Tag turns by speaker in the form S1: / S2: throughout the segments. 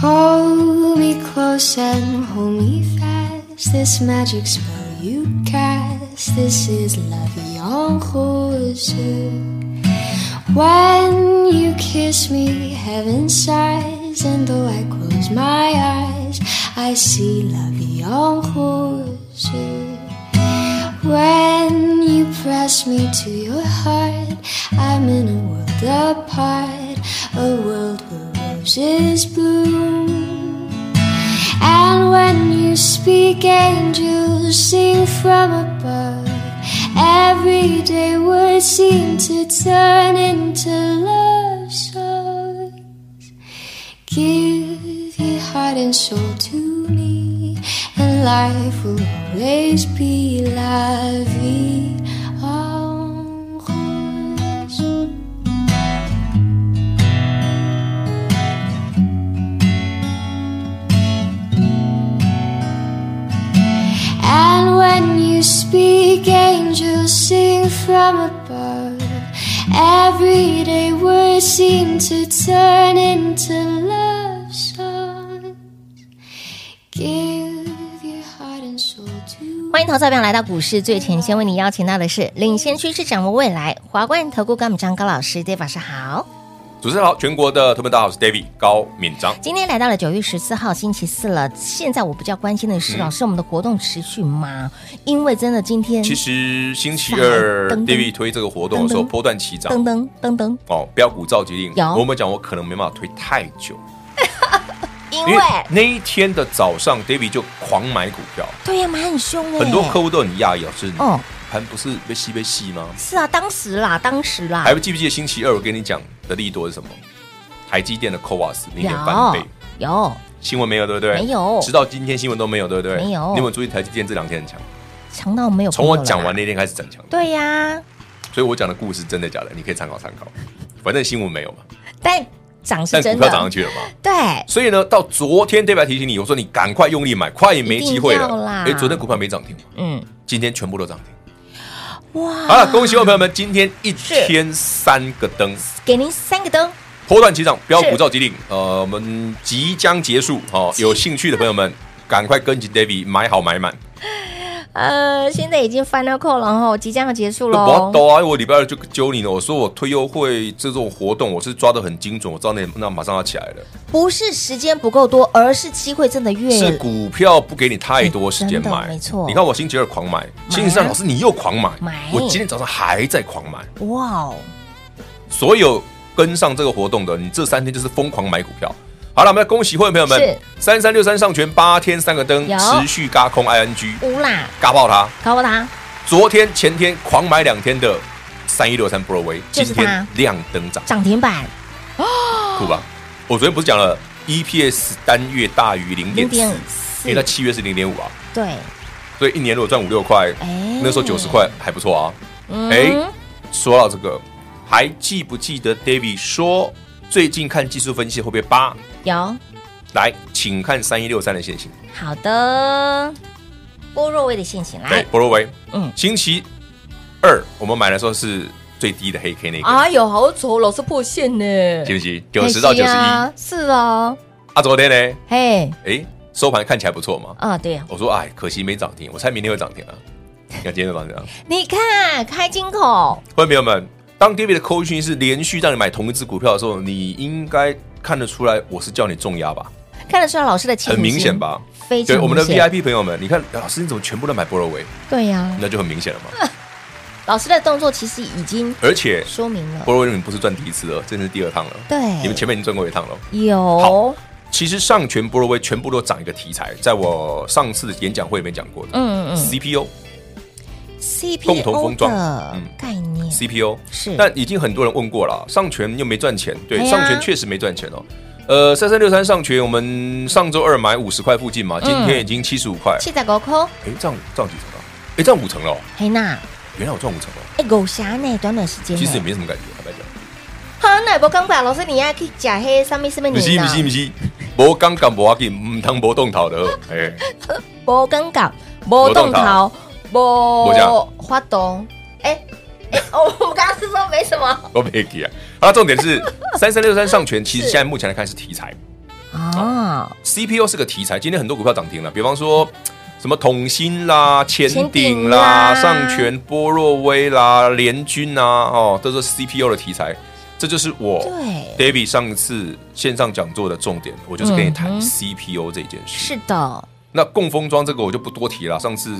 S1: Hold me close and hold me fast. This magic spell you cast. This is love, young horse. When you kiss me, heaven sighs. And though I close my eyes, I see love, young horse. When you press me to your heart, I'm in a world apart, a world where roses bloom. And when you speak, angels sing from above. Everyday words seem to turn into love songs. Give your heart and soul to me, and life will always be la vie en rose. And when you speak, angels sing from above. Everyday words seem to turn into love songs. Give your heart and soul to
S2: 欢迎投资者朋友来到股市最前线，为你邀请到的是领先趋势、掌握未来华冠投顾高敏章高老师，大家晚上好。
S3: 主持人好，全国的特别大家好，我是 David 高敏章。
S2: 今天来到了九月十四号星期四了，现在我比较关心的
S3: 嗯
S2: 是，老师我们的活动持续吗？因为真的今天
S3: 其实星期
S2: 哇
S3: 二
S2: 噔噔
S3: David 推这个活动的时候，
S2: 噔噔
S3: 波段起涨
S2: 噔噔噔噔，
S3: 哦，标股召集令，
S2: 有
S3: 我们讲我可能没办法推太久，
S2: 因
S3: 因
S2: 为
S3: 为那一天的早上，David 就狂买股票，
S2: 对呀、买很凶哎、
S3: 很多客户都很讶异，老师，
S2: 哦
S3: 哦，盘不是被吸被吸吗？
S2: 是啊，当时啦，当时啦
S3: 还，记不记得星期二我跟你讲的利多是什么？台积电的 CoWAS 零点翻倍，
S2: 有
S3: 新闻没有对不对？
S2: 没有
S3: 直到今天新闻都没有对不对？
S2: 没有
S3: 你有没有注意台积电这两天很强？
S2: 强到没有朋
S3: 从
S2: 友
S3: 我
S2: 了啦
S3: 讲完那天开始转强。
S2: 对呀、
S3: 所以我讲的故事真的假的，你可以参考参考。反正新闻没有嘛，
S2: 但涨是
S3: 但股
S2: 真
S3: 票涨上
S2: 的，
S3: 去了嘛。
S2: 对，
S3: 所以呢，到昨天对白提醒你，我说你赶快用力买，快也没机会
S2: 一定要啦
S3: 了。诶昨天股票没涨停，
S2: 嗯，
S3: 今天全部都涨停。
S2: 哇，
S3: 好了，恭喜我朋友们，今天一天三个灯，
S2: 给您三个灯，
S3: 波段起涨，标股照吉定。呃，我们即将结束哦，有兴趣的朋友们，赶快跟紧 David 买好买满。
S2: 呃，现在已经 final call 了哦，即将要结束
S3: 那不要
S2: 喽。
S3: 抖啊！我礼拜二就揪你了，我说我推优惠这种活动，我是抓的很精准，我知道那那马上要起来了。
S2: 不是时间不够多，而是机会真的越
S3: 是股票不给你太多时间
S2: 真的
S3: 买，
S2: 没错啊
S3: 你看我星期二狂买，星期三老师你又狂买，
S2: 买
S3: 我今天早上还在狂买。
S2: 哇哦，
S3: 所有跟上这个活动的，你这三天就是疯狂买股票。好了，我们来恭喜会员朋友
S2: 是
S3: 们，三三六三上全八天三个灯，
S2: 有
S3: 持续嘎空 ING，
S2: 乌啦，
S3: 嘎爆它！
S2: 搞不打，
S3: 昨天前天狂买两天的三一六三 Pro 威，
S2: 就
S3: 今
S2: 是啊它
S3: 天亮灯涨，
S2: 涨停板
S3: 酷吧？我昨天不是讲了 EPS 单月大于零
S2: 零
S3: 点
S2: 点
S3: 四，因
S2: 四
S3: 为它，七月是零点五啊。
S2: 对，
S3: 所以一年如果赚五六块，
S2: 哎
S3: 那时候九十块还不错啊。
S2: 嗯
S3: 哎、说到这个，还记不记得 David 说最近看技术分析会不会八？
S2: 有
S3: 来，请看三一六三的线型，
S2: 好的波若威的陷阱
S3: 对
S2: 来，，
S3: 波罗维，
S2: 嗯
S3: 嗯，星期二我们买的时候是最低的黑 K 那个，
S2: 哎呦，好丑，老是破线呢，
S3: 记不记？九十到九十一，啊，
S2: 91，是哦，
S3: 昨天呢？
S2: 嘿，
S3: 哎、收盘看起来不错嘛。
S2: 啊，对呀，
S3: 我说，哎，可惜没涨停，我猜明天会涨停啊。你看今天就涨停了。啊
S2: 你看开金口，
S3: 欢迎朋友们，当 David 的扣讯是连续让你买同一只股票的时候，你应该看得出来，我是叫你重压吧？
S2: 看得出来老师的情
S3: 很明显吧？
S2: 非常
S3: 对，我们的
S2: 明显嗯
S3: VIP 朋友们，你看啊老师你怎么全部都买波罗维，
S2: 对呀，
S3: 那就很明显了嘛。
S2: 老师的动作其实已经
S3: 而且
S2: 说明了
S3: 波，罗维你不是赚第一次了，这是第二趟了。
S2: 对
S3: 你们前面已经赚过一趟了。
S2: 有
S3: 好，其实上全波罗威全部都涨一个题材，在我上次的演讲会里面讲过的，
S2: 嗯嗯嗯
S3: c p u
S2: CPO
S3: 共同封装
S2: 的
S3: 嗯
S2: 概念
S3: CPU
S2: 是
S3: 但已经很多人问过了，上权又没赚钱，对，
S2: 对啊
S3: 上权确实没赚钱哦。呃，三三六三上权，我们上周二买五十块附近嘛，今天已经七十五块，
S2: 嗯七十五块，
S3: 哎，涨涨几成啊？哎，涨五成了哦，
S2: 嘿娜，
S3: 原来我赚五成哦，
S2: 哎，狗侠呢？短短时间呢，
S3: 其实也没什么感觉，坦白讲，
S2: 哈，那不刚把老师你要去假黑上面是不是
S3: 不
S2: 你
S3: 是不是不是，无杠杆无要紧，唔通无动头的，哎，
S2: 无感觉，无动头，
S3: 无
S2: 无
S3: 啥
S2: 发动。哎哎，哦 我们刚刚是说没什么
S3: 我没给啊。好了，重点是三三六三上权，其实现在目前来看是题材
S2: 哦，
S3: ，CPU 是个题材，今天很多股票涨停了，比方说。什么统新啦、前
S2: 前
S3: 顶
S2: 顶
S3: 啦、
S2: 啦
S3: 上权、波若威啦、联军啦，哦，都是 CPU 的题材，这就是我
S2: 对，
S3: David 上次线上讲座的重点，我就是跟你
S2: 嗯
S3: 谈
S2: 哼
S3: CPU 这件事。
S2: 是的，
S3: 那供封装这个我就不多提了，上次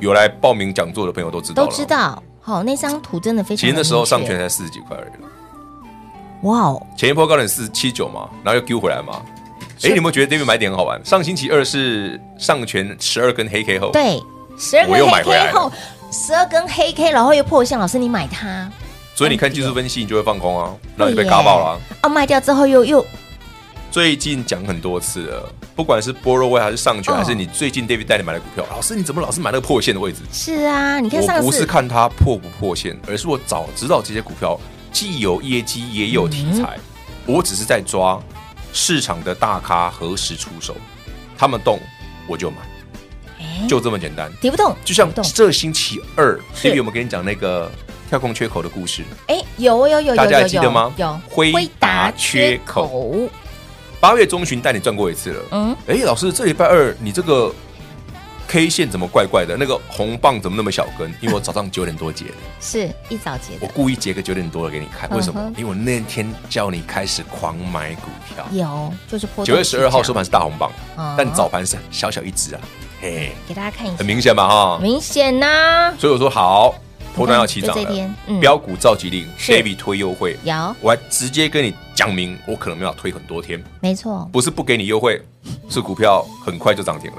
S3: 有来报名讲座的朋友都知道
S2: 都
S3: 了。
S2: 知。道。好，那张图真的非常。
S3: 其实那时候上权，才四十几块而已，
S2: 哇哦，
S3: 前一波高点四七九嘛，然后又丢回来嘛。哎，你有没有觉得 David 买点很好玩？上星期二是上权十二根黑 K 后，
S2: 对，十二
S3: 我
S2: 根
S3: 又买
S2: 黑
S3: 回来
S2: K
S3: 了
S2: 后，十二根黑 K，然后又破相，老师你买它，
S3: 所以你看技术分析，你就会放空啊，然后你被嘎爆了啊、
S2: 对耶。哦，卖掉之后又又
S3: 最近讲很多次了，不管是波若威还是上权，
S2: 哦
S3: 还是你最近 David 带你买的股票，老师你怎么老是买那个破线的位置？
S2: 是啊，你看
S3: 我
S2: 上
S3: 不是
S2: 次
S3: 看它破不破线，而是我早知道这些股票既有业绩也有题
S2: 嗯
S3: 材，我只是在抓市场的大咖何时出手，他们动我就买，
S2: 哎
S3: 就这么简单。
S2: 跌不动，
S3: 就像
S2: 跌不动，
S3: 这星期二
S2: 是
S3: ，David 有没有跟你讲那个跳空缺口的故事？
S2: 哎，有有有有，
S3: 大家还
S2: 有
S3: 记得吗
S2: 有
S3: 辉达缺口，八月中旬带你转过一次了。
S2: 嗯，
S3: 哎，老师，这礼拜二你这个 K 线怎么怪怪的？那个红棒怎么那么小根？因为我早上九点多截的。
S2: 是一早结
S3: 我
S2: 的，
S3: 故意截个九点多的给你看，为什么
S2: 嗯？
S3: 因为我那天叫你开始狂买股票。
S2: 有就是破
S3: 九月十二号收盘是大红棒
S2: 哦，
S3: 但早盘是小小一只啊，嘿，
S2: 给大家看一下
S3: 很，明显啊吧哈。
S2: 明显啊呐、
S3: 所以我说好，波段要起涨
S2: 就这一天
S3: 了
S2: 嗯，
S3: 标股召集令
S2: 是
S3: ，David 推优惠，
S2: 有，
S3: 我还直接跟你讲明，我可能没有推很多天，
S2: 没错，
S3: 不是不给你优惠，是股票很快就涨停了，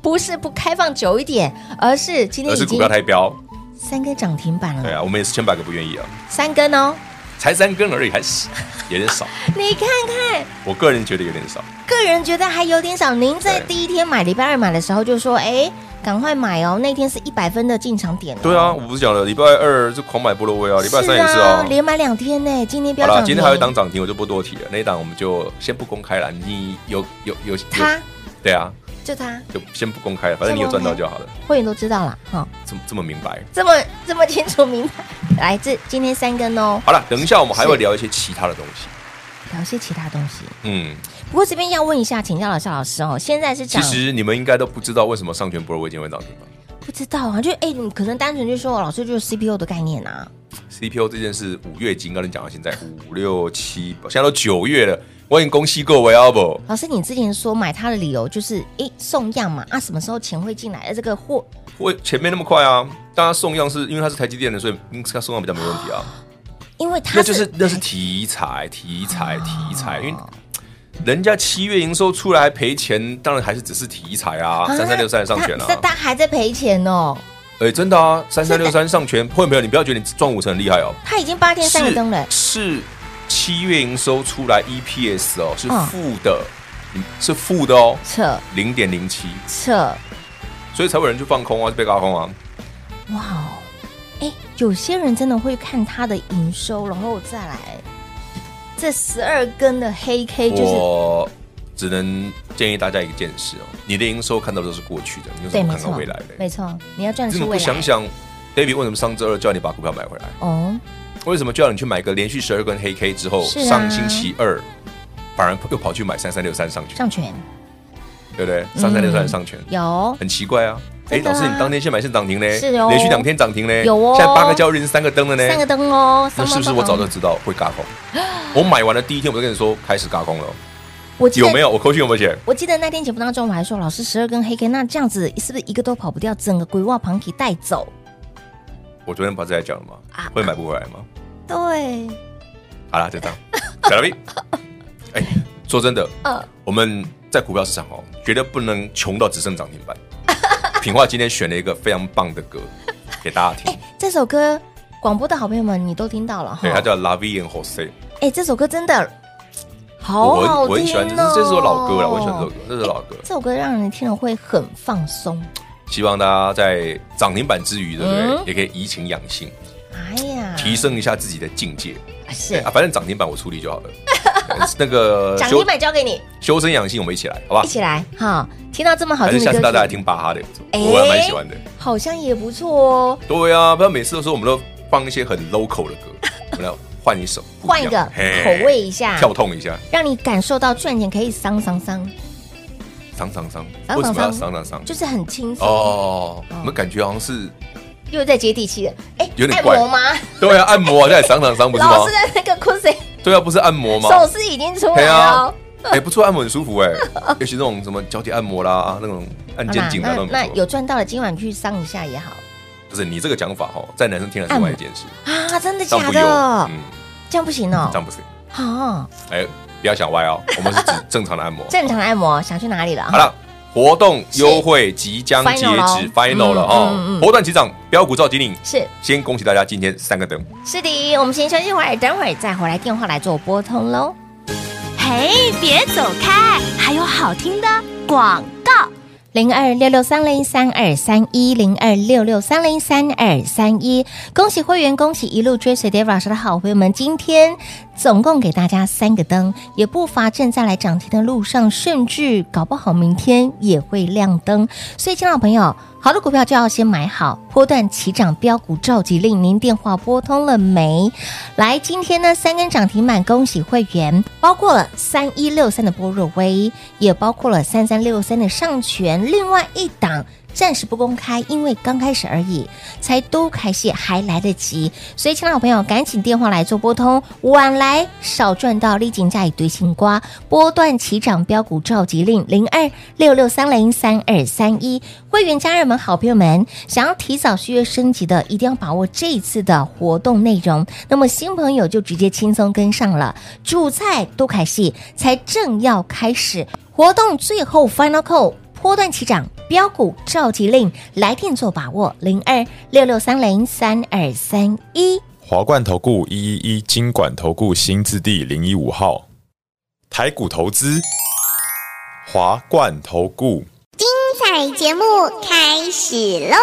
S2: 不是不开放久一点，而是今天
S3: 而
S2: 已
S3: 是股
S2: 经
S3: 票太标。
S2: 三根涨停板
S3: 对
S2: 了，
S3: 啊，我们也是千百个不愿意啊，
S2: 三根哦，
S3: 才三根而已，还是有点少，
S2: 你看看，
S3: 我个人觉得有点少。
S2: 个人觉得还有点少。您在
S3: 对
S2: 第一天买，礼拜二买的时候就说，哎，赶快买哦，那天是一百分的进场点、哦，
S3: 对啊，我不是讲了，礼拜二就狂买菠萝威啊，礼拜三也是
S2: 啊
S3: 啊，。
S2: 连买两天呢，今天不
S3: 好
S2: 要
S3: 啦，
S2: 涨停，
S3: 今天还有一档涨停，我就不多提了。那一档我们就先不公开了。你有有有有
S2: 他
S3: 对啊，
S2: 就他，
S3: 就先不公开了，反正你有赚到就好了。
S2: 会员都知道了哈、
S3: 这么这么明白。
S2: 这么这么清楚明白。来，这今天三根哦，
S3: 好了，等一下我们还会聊一些其他的东西。
S2: 聊些其他东西。
S3: 嗯，
S2: 不过这边要问一下，请教老夏老师哦，现在是
S3: 其
S2: 涨，
S3: 实你们应该都不知道为什么上权波罗威今天会涨停吧
S2: 不知道啊，就哎，你可能单纯就说老师就是 CPU 的概念啊，
S3: ？CPU 这件事五月已经跟你讲到现在五六七，现在都九月了，我已经恭喜各位啊不？
S2: 老师你之前说买它的理由就是哎送样嘛，啊什么时候钱会进来？呃这个货
S3: 会前面那么快啊？大家送样是因为它是台积电的，所以应该送样比较没问题啊。
S2: 因为它
S3: 那就是啊那是题材，题材，题材，因为人家七月营收出来赔钱，当然还是只是题材啊，三三六三上权啊
S2: 它，它它还在赔钱哦，
S3: 哎，真的啊，三三六三上权，会没有？你不要觉得你赚五成很厉害哦，
S2: 它已经八天三个灯了，
S3: 是七月营收出来 EPS 哦是
S2: 嗯
S3: 负的，嗯是负的哦，
S2: 扯
S3: 零点零七，
S2: 扯，
S3: 所以才有人去放空啊，就被嘎空啊，
S2: 哇哦，哎，有些人真的会看它的营收，然后再来这十二根的黑 K 就是。
S3: 我。只能建议大家一件事哦，你的营收看到的都是过去的，你有
S2: 对，
S3: 什么
S2: 没
S3: 看
S2: 错
S3: 看未来的？，
S2: 没错，你要赚的
S3: 你
S2: 是
S3: 怎么
S2: 未
S3: 不
S2: 来。
S3: 想想，David 为什么上周二叫你把股票买回来？
S2: 哦，
S3: 为什么叫你去买个连续十二根黑 K 之后，
S2: 是啊
S3: 上星期二反而又跑去买三三六三上权，
S2: 上权
S3: 对不对？三三六三上权、
S2: 嗯有
S3: 很奇怪啊！哎、
S2: 真的
S3: 老
S2: 啊
S3: 师，你当天先买是涨停嘞，
S2: 是哦
S3: 连续两天涨停嘞，
S2: 有哦
S3: 现在八个交易日三个灯了哎呢，
S2: 三个灯哦，
S3: 那
S2: 三
S3: 是不是我早
S2: 个
S3: 就
S2: 灯？
S3: 知道会嘎 空？我买完的第一天我就跟你说开始嘎空了，
S2: 我记得
S3: 有没？有？我扣讯有没有写？
S2: 我记得那天节目当中我还说，老师十二根黑 K，那这样子是不是一个都跑不掉，整个鬼袜盘给带走？
S3: 我昨天不是在讲了吗
S2: 啊？
S3: 会买不回来吗？
S2: 对，
S3: 好啦，就这样，小 老弟。哎，说真的，
S2: 嗯
S3: 我们在股票市场哦，绝对不能穷到只剩涨停 板。品化今天选了一个非常棒的歌给大家听，
S2: 这首歌广播的好朋友们你都听到了
S3: 对，它
S2: 哈。
S3: 叫《La Vie en Jose》。
S2: 哎，这首歌真的好
S3: 我
S2: 好
S3: 很我很喜欢这，
S2: 听
S3: 这
S2: 哦
S3: 这首老歌了，我很喜欢这首歌，这首老歌。
S2: 这首歌让人听了会很放松。
S3: 希望大家在涨停板之余，对不对？
S2: 嗯
S3: 也可以怡情养性，
S2: 哎呀，
S3: 提升一下自己的境界。
S2: 是
S3: 啊，反正涨停板我处理就好 了。对那个
S2: 涨
S3: 修
S2: 停板交给你，
S3: 修身养性，我们一起来，好吧
S2: 一？起来哈。听到这么好
S3: 啊还
S2: 听
S3: 是
S2: 的
S3: 下
S2: 歌
S3: 次
S2: 曲，
S3: 大家来听巴哈的，
S2: 哎
S3: 我还蛮喜欢的。
S2: 好像也不错哦。
S3: 对啊，不然每次都说我们都放一些很 local 的歌， 我们来换一首，不
S2: 换一
S3: 样
S2: 个
S3: 嘿
S2: 口味啊一下，
S3: 哎跳痛一下，
S2: 让你感受到赚钱可以桑桑桑，
S3: 伤伤伤，
S2: 桑
S3: 为什
S2: 桑
S3: 么要
S2: 桑
S3: 伤伤伤？
S2: 就是很轻松，
S3: 哦，我们感觉好像是
S2: 又在接地气了。哎，
S3: 有点
S2: 按
S3: 怪
S2: 摩吗？
S3: 对啊，按摩啊，在伤伤伤不是吗
S2: 老师？的那个 cos
S3: 对啊，不是按摩吗？
S2: 手势已经出来
S3: 对
S2: 了
S3: 啊
S2: 哦。，
S3: 哎、不错，按摩很舒服 哎、尤其那种什么脚底按摩啦，啊那种按
S2: 好
S3: 肩
S2: 啦，
S3: 颈啊，
S2: 那
S3: 那种
S2: 那有赚到了，今晚去桑一下也好
S3: 不是你这个讲法哦，在男生听来是另外一件事，
S2: 啊！真的
S3: 这样
S2: 假
S3: 不优，
S2: 的？
S3: 嗯，
S2: 这样不行哦
S3: 这。样不行，
S2: 好，
S3: 哎、不要想歪 哦，我们是指正常的按摩。
S2: 正常的按摩，想去哪里了？
S3: 好了，活动优惠即将截
S2: Final 咯
S3: 止，final 了
S2: 嗯嗯
S3: 哦
S2: 嗯，
S3: 波段起涨，标股照金领，
S2: 是
S3: 先恭喜大家今天三个灯。
S2: 是的，我们先休息会儿，等会儿再回来电话来做拨通喽。
S4: 嘿，别走开，还有好听的广告。
S2: 零二六六三零三二三一零二六六三零三二三一，恭喜会员，恭喜一路追随 Dave 老师的好朋友们！今天总共给大家三个灯，也不乏正在来涨停的路上，甚至搞不好明天也会亮灯。所以，亲爱的朋友，好的股票就要先买好，波段起涨标股召集令，您电话拨通了没？来，今天呢三根涨停板，恭喜会员，包括了三一六三的波若威，也包括了三三六三的上权，另外一档暂时不公开，因为刚开始而已，才都开谢还来得及，所以亲爱的朋友，赶紧电话来做拨通，晚来少赚到立井价以堆青瓜，波段起涨标股召集令零二六六三零三二三一，会员家人们、好朋友们，想要提早续约升级的，一定要把握这一次的活动内容。那么新朋友就直接轻松跟上了，主菜杜凯戏才正要开始，活动最后 final call。波段起涨，标股召集令，来电做把握零二六六三零三二三一。
S5: 华冠投顾一一一金管投顾新字第零一五号，台股投资，华冠投顾。
S6: 彩节目开始喽！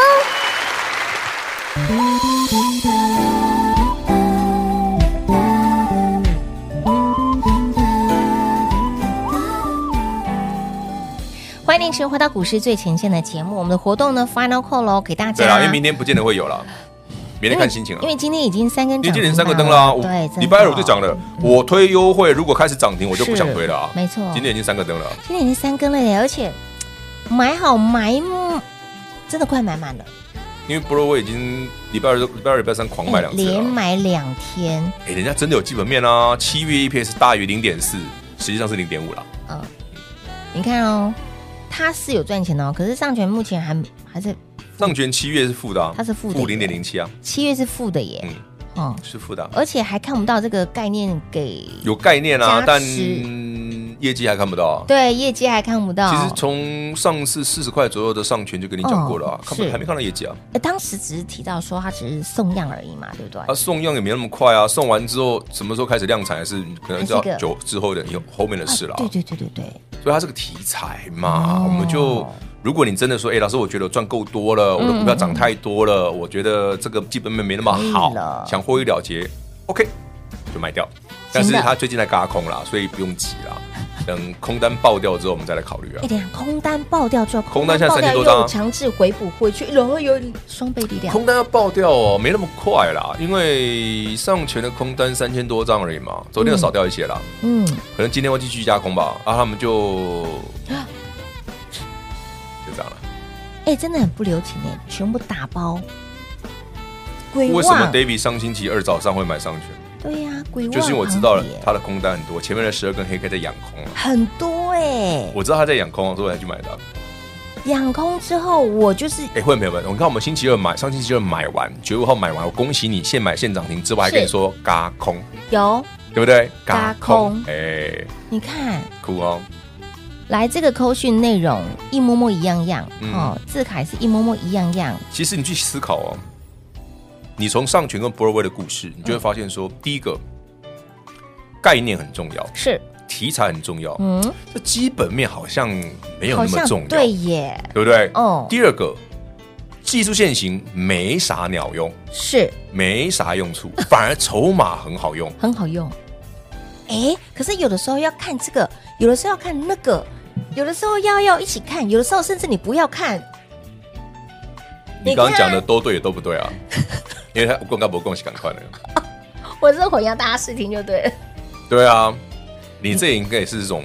S2: 欢迎您持续回到股市最前线的节目，我们的活动呢 final call 喽，给大家。
S3: 对啊啦，因为明天不见得会有了，明天看心情啊
S2: 啊
S3: 了
S2: 因。为今天已经三根涨
S3: 连接
S2: 停
S3: 连
S2: 板
S3: 三个灯啦，我
S2: 对，
S3: 礼拜二我就
S2: 涨
S3: 讲了，我推优惠，如果开始涨停，我就不想推了啊。
S2: 没错，
S3: 今天已经三个灯了，
S2: 今天已经三根了耶，而且嘖买好买满，真的快买满了，
S3: 因为 Pro 我已经礼拜二、礼拜二、礼拜三狂买两次
S2: 连
S3: 了。啊
S2: 买两天，
S3: 哎，人家真的有基本面啊，七月 EPS 大于零点四，实际上是零点五啦。
S2: 你看哦，它是有赚钱的哦，可是上权目前还还是
S3: 上权七月是负的啊，
S2: 它是负的
S3: 负零点零七啊，
S2: 七月是负的耶，
S3: 嗯，
S2: 哦，
S3: 是负的啊，
S2: 而且还看不到这个概念给
S3: 有概念
S2: 加
S3: 啊，但
S2: 持
S3: 业绩还看不到啊。
S2: 对啊业绩还看不到，
S3: 其实从上次四十块左右的上权就跟你讲过了啊
S2: 哦，
S3: 看不
S2: 是
S3: 还没看到业绩啊。
S2: 呃当时只是提到说它只是送样而已嘛，对不对？
S3: 啊，送样也没那么快啊，送完之后什么时候开始量产，还是可能
S2: 还
S3: 到
S2: 是个
S3: 九之后的有后面的事了、
S2: 啊对对对对对，
S3: 所以它是个题材嘛，
S2: 哦
S3: 我们就。如果你真的说，哎、老师，我觉得我赚够多
S2: 嗯
S3: 了，我的股票涨太多了，我觉得这个基本面没那么
S2: 可以
S3: 好
S2: 了，
S3: 想获利了结，OK，就卖掉。但是它最近在嘎空啦，所以不用急啦， 等空单爆掉之后，我们再来考虑啊
S2: 哎，。等一下空单爆掉之后，
S3: 空单现在
S2: 爆掉
S3: 30多张啊
S2: 又强制回补回去，然后有双倍力量，
S3: 空单要爆掉哦，没那么快啦，因为上权的空单三千多张而已嘛，昨天又少掉一些啦。
S2: 嗯，
S3: 可能今天会继续加空吧，啊，他们就
S2: 啊
S3: 就这样了。
S2: 哎、真的很不留情哎，全部打包。鬼
S3: 为什么
S2: 望，
S3: David 上星期二早上会买上权？
S2: 对呀、鬼望
S3: 就是因为我知道了
S2: 行业
S3: 他的空单很多，前面的十二根黑 K 在养空了，
S2: 很多哎、
S3: 我知道他在养空，所以我才去买的。
S2: 养空之后，我就是
S3: 哎，会员朋友们，我们看我们星期二买，上星期二买完，九月五号买完，我恭喜你，现买现涨停之外，还
S2: 是
S3: 跟你说嘎空，
S2: 有，
S3: 对不对？
S2: 嘎空
S3: 哎，
S2: 你看
S3: 酷哦，
S2: 来这个扣讯内容一模模一样样、
S3: 嗯
S2: 哦，字卡也是一模模一样样，
S3: 其实你去思考哦，你从上
S2: 嗯
S3: 权跟 Broadway 的故事，你就会发现说，第一个概念很重要。
S2: 是
S3: 题材很重要，
S2: 嗯，
S3: 这基本面好像没有
S2: 好
S3: 那么
S2: 像
S3: 重要，
S2: 对耶，
S3: 对不对？
S2: 哦
S3: 第二个，技术现行没啥鸟用，
S2: 是
S3: 没啥用处， 反而筹码很好用。
S2: 很好用。哎，可是有的时候要看这个，有的时候要看那个，有的时候要要一起看，有的时候甚至你不要看。
S3: 你
S2: 你
S3: 刚刚
S2: 看
S3: 讲的都对，都 不对啊，因为他共干不共是赶快的。
S2: 我是混淆大家视听就对了。
S3: 对啊，你这应该也是一种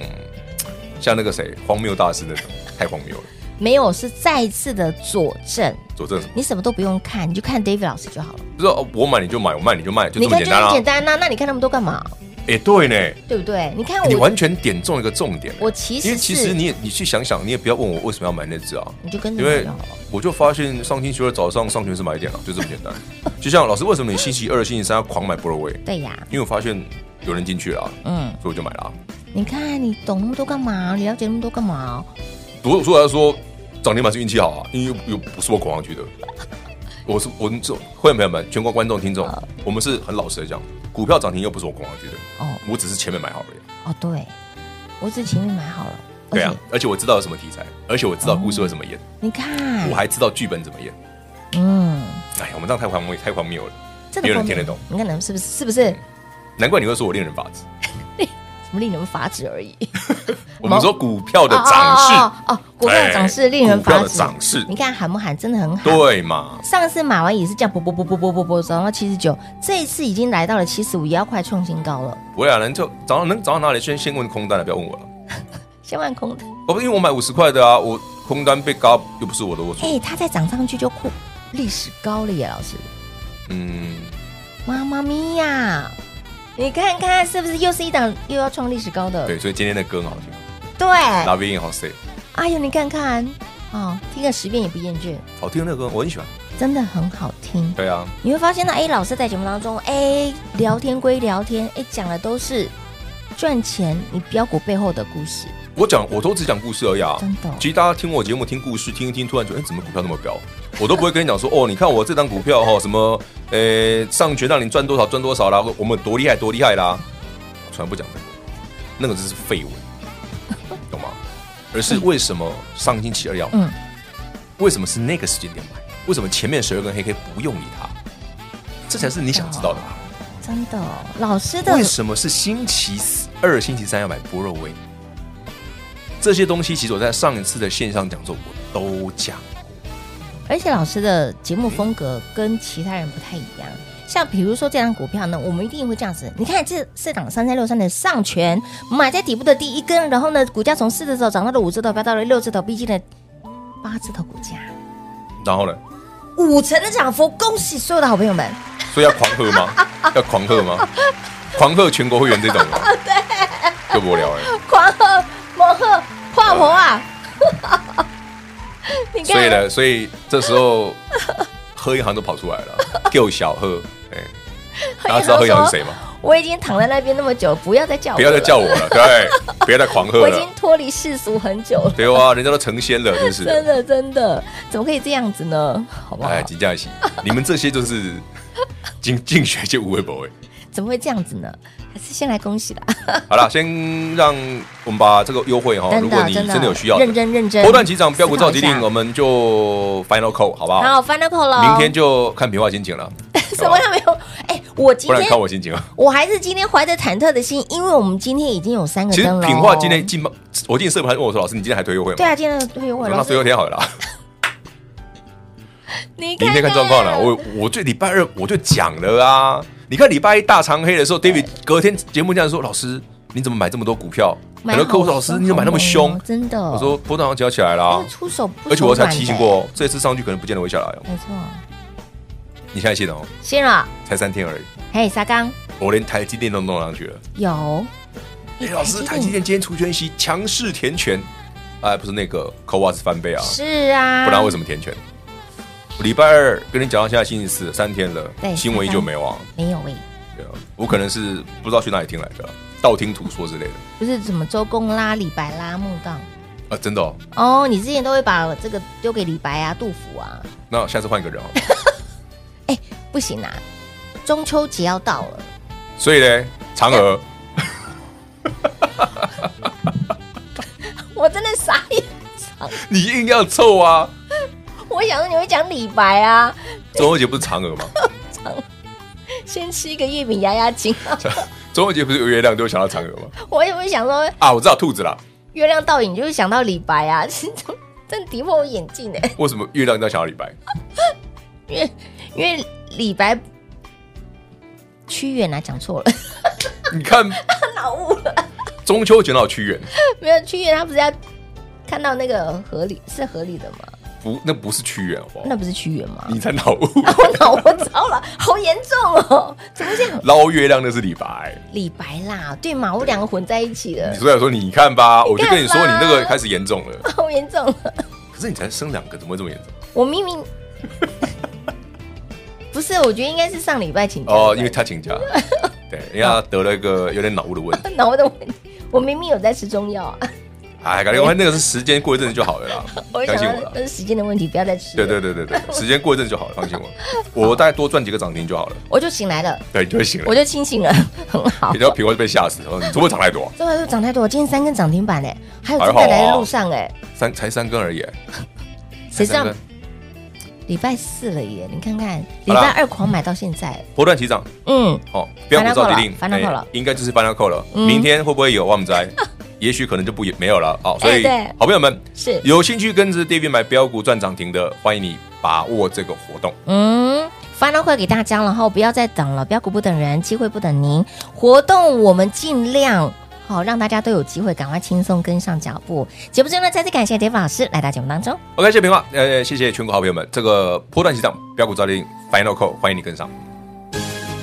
S3: 像那个谁荒谬大师那种，太荒谬了。
S2: 没有，是再次的佐证，
S3: 佐证什么？
S2: 你什么都不用看，你就看 David 老师就好了。
S3: 不是哦我买你就买，我卖你就卖，就这
S2: 你
S3: 么
S2: 看
S3: 简
S2: 就
S3: 单
S2: 很
S3: 啊
S2: 简。单呐、那你看那么多干嘛？
S3: 哎，对呢，
S2: 对不对？你看
S3: 你
S2: 我，
S3: 完全点中一个重点。
S2: 我其实
S3: 因为其
S2: 是
S3: 实你也你去想想，你也不要问我为什么要买那只啊，
S2: 你就跟着
S3: 因为
S2: 我好了
S3: 我就发现上星期二早上上全是买点了，就这么简 单。就像老师，为什么你星期二、星期三要狂买 b r o w a y
S2: 对呀，
S3: 因为我发现有人进去了啊，
S2: 嗯，
S3: 所以我就买了啊。
S2: 你看你懂那么多干嘛？你了解那么多干嘛？
S3: 我所以我要说，涨停板是运气好啊，因为又又不是我拱上去的。 我是我们这会员朋友们、全国观众、听众，我们是很老实的讲，股票涨停又不是我拱上去的，
S2: 哦
S3: 我只是前面买好了。
S2: 哦，对，我只前面买好了。
S3: 对啊
S2: 而且，
S3: 而且我知道有什么题材，而且我知道故事会怎么演，
S2: 你看
S3: 我，还知道剧本怎么演。
S2: 嗯，
S3: 哎呀，我们这样太荒谬，太荒谬了。
S2: 这
S3: 没有
S2: 个
S3: 人听得懂
S2: 你看你们是不是是不是
S3: 难怪你会说我恋人法则。
S2: 哦什么令人发指而已？
S3: 我们说股票的
S2: 哦
S3: 涨势，
S2: 哦哦哦，股票的涨势
S3: 哎
S2: 令人
S3: 股票
S2: 发
S3: 的
S2: 指，
S3: 涨势
S2: 你看喊不喊真的很好。
S3: 对嘛？
S2: 上次买完也是这样，啵啵啵啵啵啵啵涨到七十九，这一次已经来到了七十五，也要快创新高了，
S3: 不会啊，能就涨到能涨到哪里？先先问空单了，不要问我了。
S2: 先万空的。
S3: 哦，不因为我买五十块的啊，我空单被嘎又不是我的，我错。
S2: 哎，它再涨上去就破历史高了耶，老师，
S3: 嗯，
S2: 妈妈咪呀！你看看是不是又是一档又要创历史高的？
S3: 对，所以今天的歌很好听，
S2: 对，
S3: 《La Vie en Rose》
S2: 哎呦，你看看哦，听个十遍也不厌倦，
S3: 好听的那个歌我很喜欢。
S2: 真的很好听。
S3: 对啊，
S2: 你会发现呢，哎，老师在节目当中，哎，聊天归聊天，哎，讲的都是赚钱你标股背后的故事，
S3: 我讲我都只讲故事而已啊。
S2: 真的哦
S3: 其实大家听我节目听故事听一听，突然觉得哎、怎么股票那么飙？我都不会跟你讲说哦，你看我这张股票哈、什么呃、上权让你赚多少赚多少啦，我们多厉害多厉害啦，从来不讲这个，那个只是废文， 懂吗？而是为什么上星期二要买？
S2: 嗯
S3: 为什么是那个时间点买？为什么前面十二根黑 K 不用理它？这才是你想知道的吧？
S2: 真的哦，老师的
S3: 为什么是星期四二、星期三要买波肉味？这些东西其实我在上一次的线上讲座我都讲，
S2: 而且老师的节目风格跟其他人不太一样。像比如说这档股票呢，我们一定会这样子。你看这这档三三六三的上权，买在底部的第一根，然后呢，股价从四字头涨到了五字头，飙到了六字头，逼近了八字头股价，
S3: 然后呢，
S2: 五成的涨幅，恭喜所有的好朋友们！
S3: 所以要狂 喝吗？要狂喝吗？狂喝全国会员这种 吗？对，就无聊哎、
S2: 狂哦贺、猛贺、跨魔啊！ 你
S3: 所
S2: 看，
S3: 以呢，所以这时候喝一行都跑出来了，够小喝哎、大家知道喝一行是 谁吗？
S2: 我已经躺在那边那么久，不要再叫我，
S3: 不要再叫，我了，对，不要再狂喝
S2: 我已经
S3: 了，
S2: 脱离世俗很久了。
S3: 对啊，人家都成仙了，真是
S2: 真
S3: 的。
S2: 的真的，怎么可以这样子呢？好不好？
S3: 哎，金佳喜，你们这些就是进进学就无为不为。
S2: 怎么会这样子呢？还是先来恭喜啦！
S3: 好了，先让我们把这个优惠哈，如
S2: 真
S3: 果
S2: 的啊
S3: 你真的有需要的，
S2: 认真认真，
S3: 波段起涨标股照级定，
S2: 思考
S3: 我
S2: 一
S3: 们就 final call 好不
S2: 下。好，
S3: 好？
S2: 翻到口了，
S3: 明天就看平花心情了，
S2: 什么都没有。哎，我今
S3: 不然
S2: 天
S3: 看我心情啊。
S2: 我还是今天怀着忐忑的心，因为我们今天已经有三个
S3: 其实
S2: 灯了。哦
S3: 品化今天进，我进社盘问我说：“老师，你今天还推优惠吗？”
S2: 对啊，今天退优
S3: 我
S2: 惠
S3: 说，那
S2: 了
S3: 最，后一天好了啦，
S2: 你
S3: 明天看状况了。
S2: 啊
S3: 我我最礼拜二我就讲了啊，你看礼拜一大长黑的时候，David 隔天节目这样说：“老师，你怎么买这么多股票？”很
S2: 买
S3: 多
S2: 好
S3: 客户说：“老师，你怎么买那么凶
S2: 哦真的，？”
S3: 我说：“波段要交起来了
S2: 因
S3: 啊
S2: 为，出手不手
S3: 而且我才
S2: 软的
S3: 提醒过，哦，这次上去可能不见得会下来哦。
S2: 没错，
S3: 你现在信哦，
S2: 信了，
S3: 才三天而已，
S2: 嘿，沙刚
S3: 我连台积电都弄上去了。
S2: 有，
S3: 哎，老师，台积电今天除权息强势填权，哎，不是那个 c o w a s 翻倍啊，
S2: 是啊，
S3: 不然为什么填权？礼拜二跟你讲到现在星期四，三天了，
S2: 对
S3: 新闻依旧没有啊。
S2: 没有欸喂？
S3: 对啊，我可能是不知道去哪里听来的啊，道听途说之类的
S2: 不是什么周公啦、李白啦、木杠
S3: 啊，真的哦。
S2: 哦，你之前都会把这个丢给李白啊、杜甫啊，
S3: 那下次换一个 人哦。
S2: 不行啊，中秋节要到了，
S3: 所以呢，嫦娥
S2: 我真的傻眼，
S3: 你硬要凑啊！
S2: 我想说你会讲李白啊，
S3: 中秋节不是嫦娥吗？
S2: 先吃一个月饼压压惊。啊
S3: 中秋节不是有月亮就会想到嫦娥吗？
S2: 我也会想说
S3: 啊，我知道兔子啦。
S2: 月亮倒影，就会想到李白啊， 真跌破我眼镜哎，
S3: 为什么月亮一定要想到李白？
S2: 因为因为李白屈原啊，讲错了，
S3: 你看
S2: 脑雾了，
S3: 中秋节哪有屈原？
S2: 没有屈原他不是要看到那个河里是河里的吗？
S3: 不，那不是屈原，好不好
S2: 那不是屈原吗？
S3: 你才脑雾。
S2: 我脑我糟了，好严重哦！怎么讲？
S3: 捞月亮那是 李白。
S2: 李白啦，对嘛？我两个混在一起了
S3: 你，所以说你看吧，我就跟你说，
S2: 你
S3: 你
S2: 看吧
S3: 那个开始严重 了。
S2: 好严重了。
S3: 可是你才生两个，怎么会这么 严重？
S2: 我明 明不是，我觉得应该是上礼拜请假
S3: 哦，
S2: 的
S3: 因为他请 假，对，因为他得了一个有点脑雾的问题。
S2: 脑的问题。我明明有在吃中药啊，
S3: 哎，感觉那个是时间过一阵子就好了啦，
S2: 我就
S3: 相信
S2: 想
S3: 我
S2: 到
S3: 啦
S2: 那。是时间的问题，不要再吃。
S3: 对对，对对对， 时间过一阵就好了，放心我。我大概多赚几个涨停就好了，
S2: 我就醒来了，
S3: 对，你就会醒
S2: 我
S3: 了。
S2: 就清醒了，很好
S3: 比。较平，我就被吓死了。你怎么会涨太多啊？
S2: 中药又涨太多，我今天三根涨停板嘞，还有
S3: 还
S2: 正
S3: 好啊
S2: 在来的路上哎，
S3: 三才三根而已，
S2: 谁知道
S3: 才三根
S2: 礼拜四了耶？你看看，礼
S3: 好啦
S2: 拜二狂买到现在，
S3: 波段起涨
S2: 嗯，
S3: 哦，标股照定
S2: 翻到扣了翻到扣了
S3: 应该就是翻到扣了。
S2: 嗯
S3: 明天会不会有？我们 在，也许可能就不也没有了哦。所以
S2: 哎对，
S3: 好朋友们
S2: 是，
S3: 有兴趣跟着 David 买标股赚涨停的，欢迎你把握这个活动。
S2: 嗯，final 会给大家，然后不要再等了，标股不等人，机会不等您。活动我们尽量好、让大家都有机会，赶快轻松跟上脚步。节目最后呢，再次感谢 David 老师来到节目当中。
S3: OK，谢谢平话，呃，谢谢全国好朋友们，这个波段起涨标股照定 Final Call，欢迎你跟上。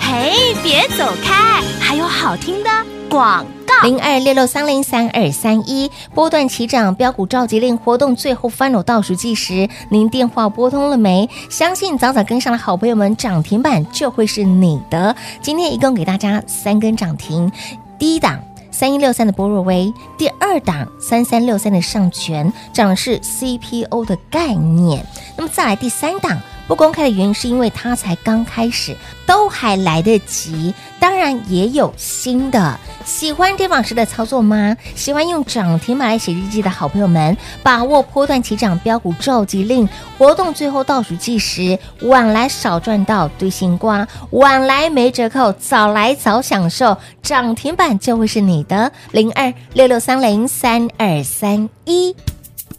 S4: 嘿，别走开，还有好听的广告。
S2: 零二六六三零三二三一波段起涨标股召集令活动最后 final 倒数计时，您电话拨通了没？相信早早跟上的好朋友们，涨停板就会是你的。今天一共给大家三根涨停，第一档。三一六三的波若威，第二档三三六三的上权，涨的是 CPO 的概念。那么再来第三档不公开的原因，是因为它才刚开始，都还来得及。当然也有新的。喜欢跌榜时的操作吗？喜欢用涨停板来写日记的好朋友们，把握波段起涨标股召集令活动最后倒数计时，晚来少赚到堆新瓜，晚来没折扣，早来早享受，涨停板就会是你的零二六六三零三二三一。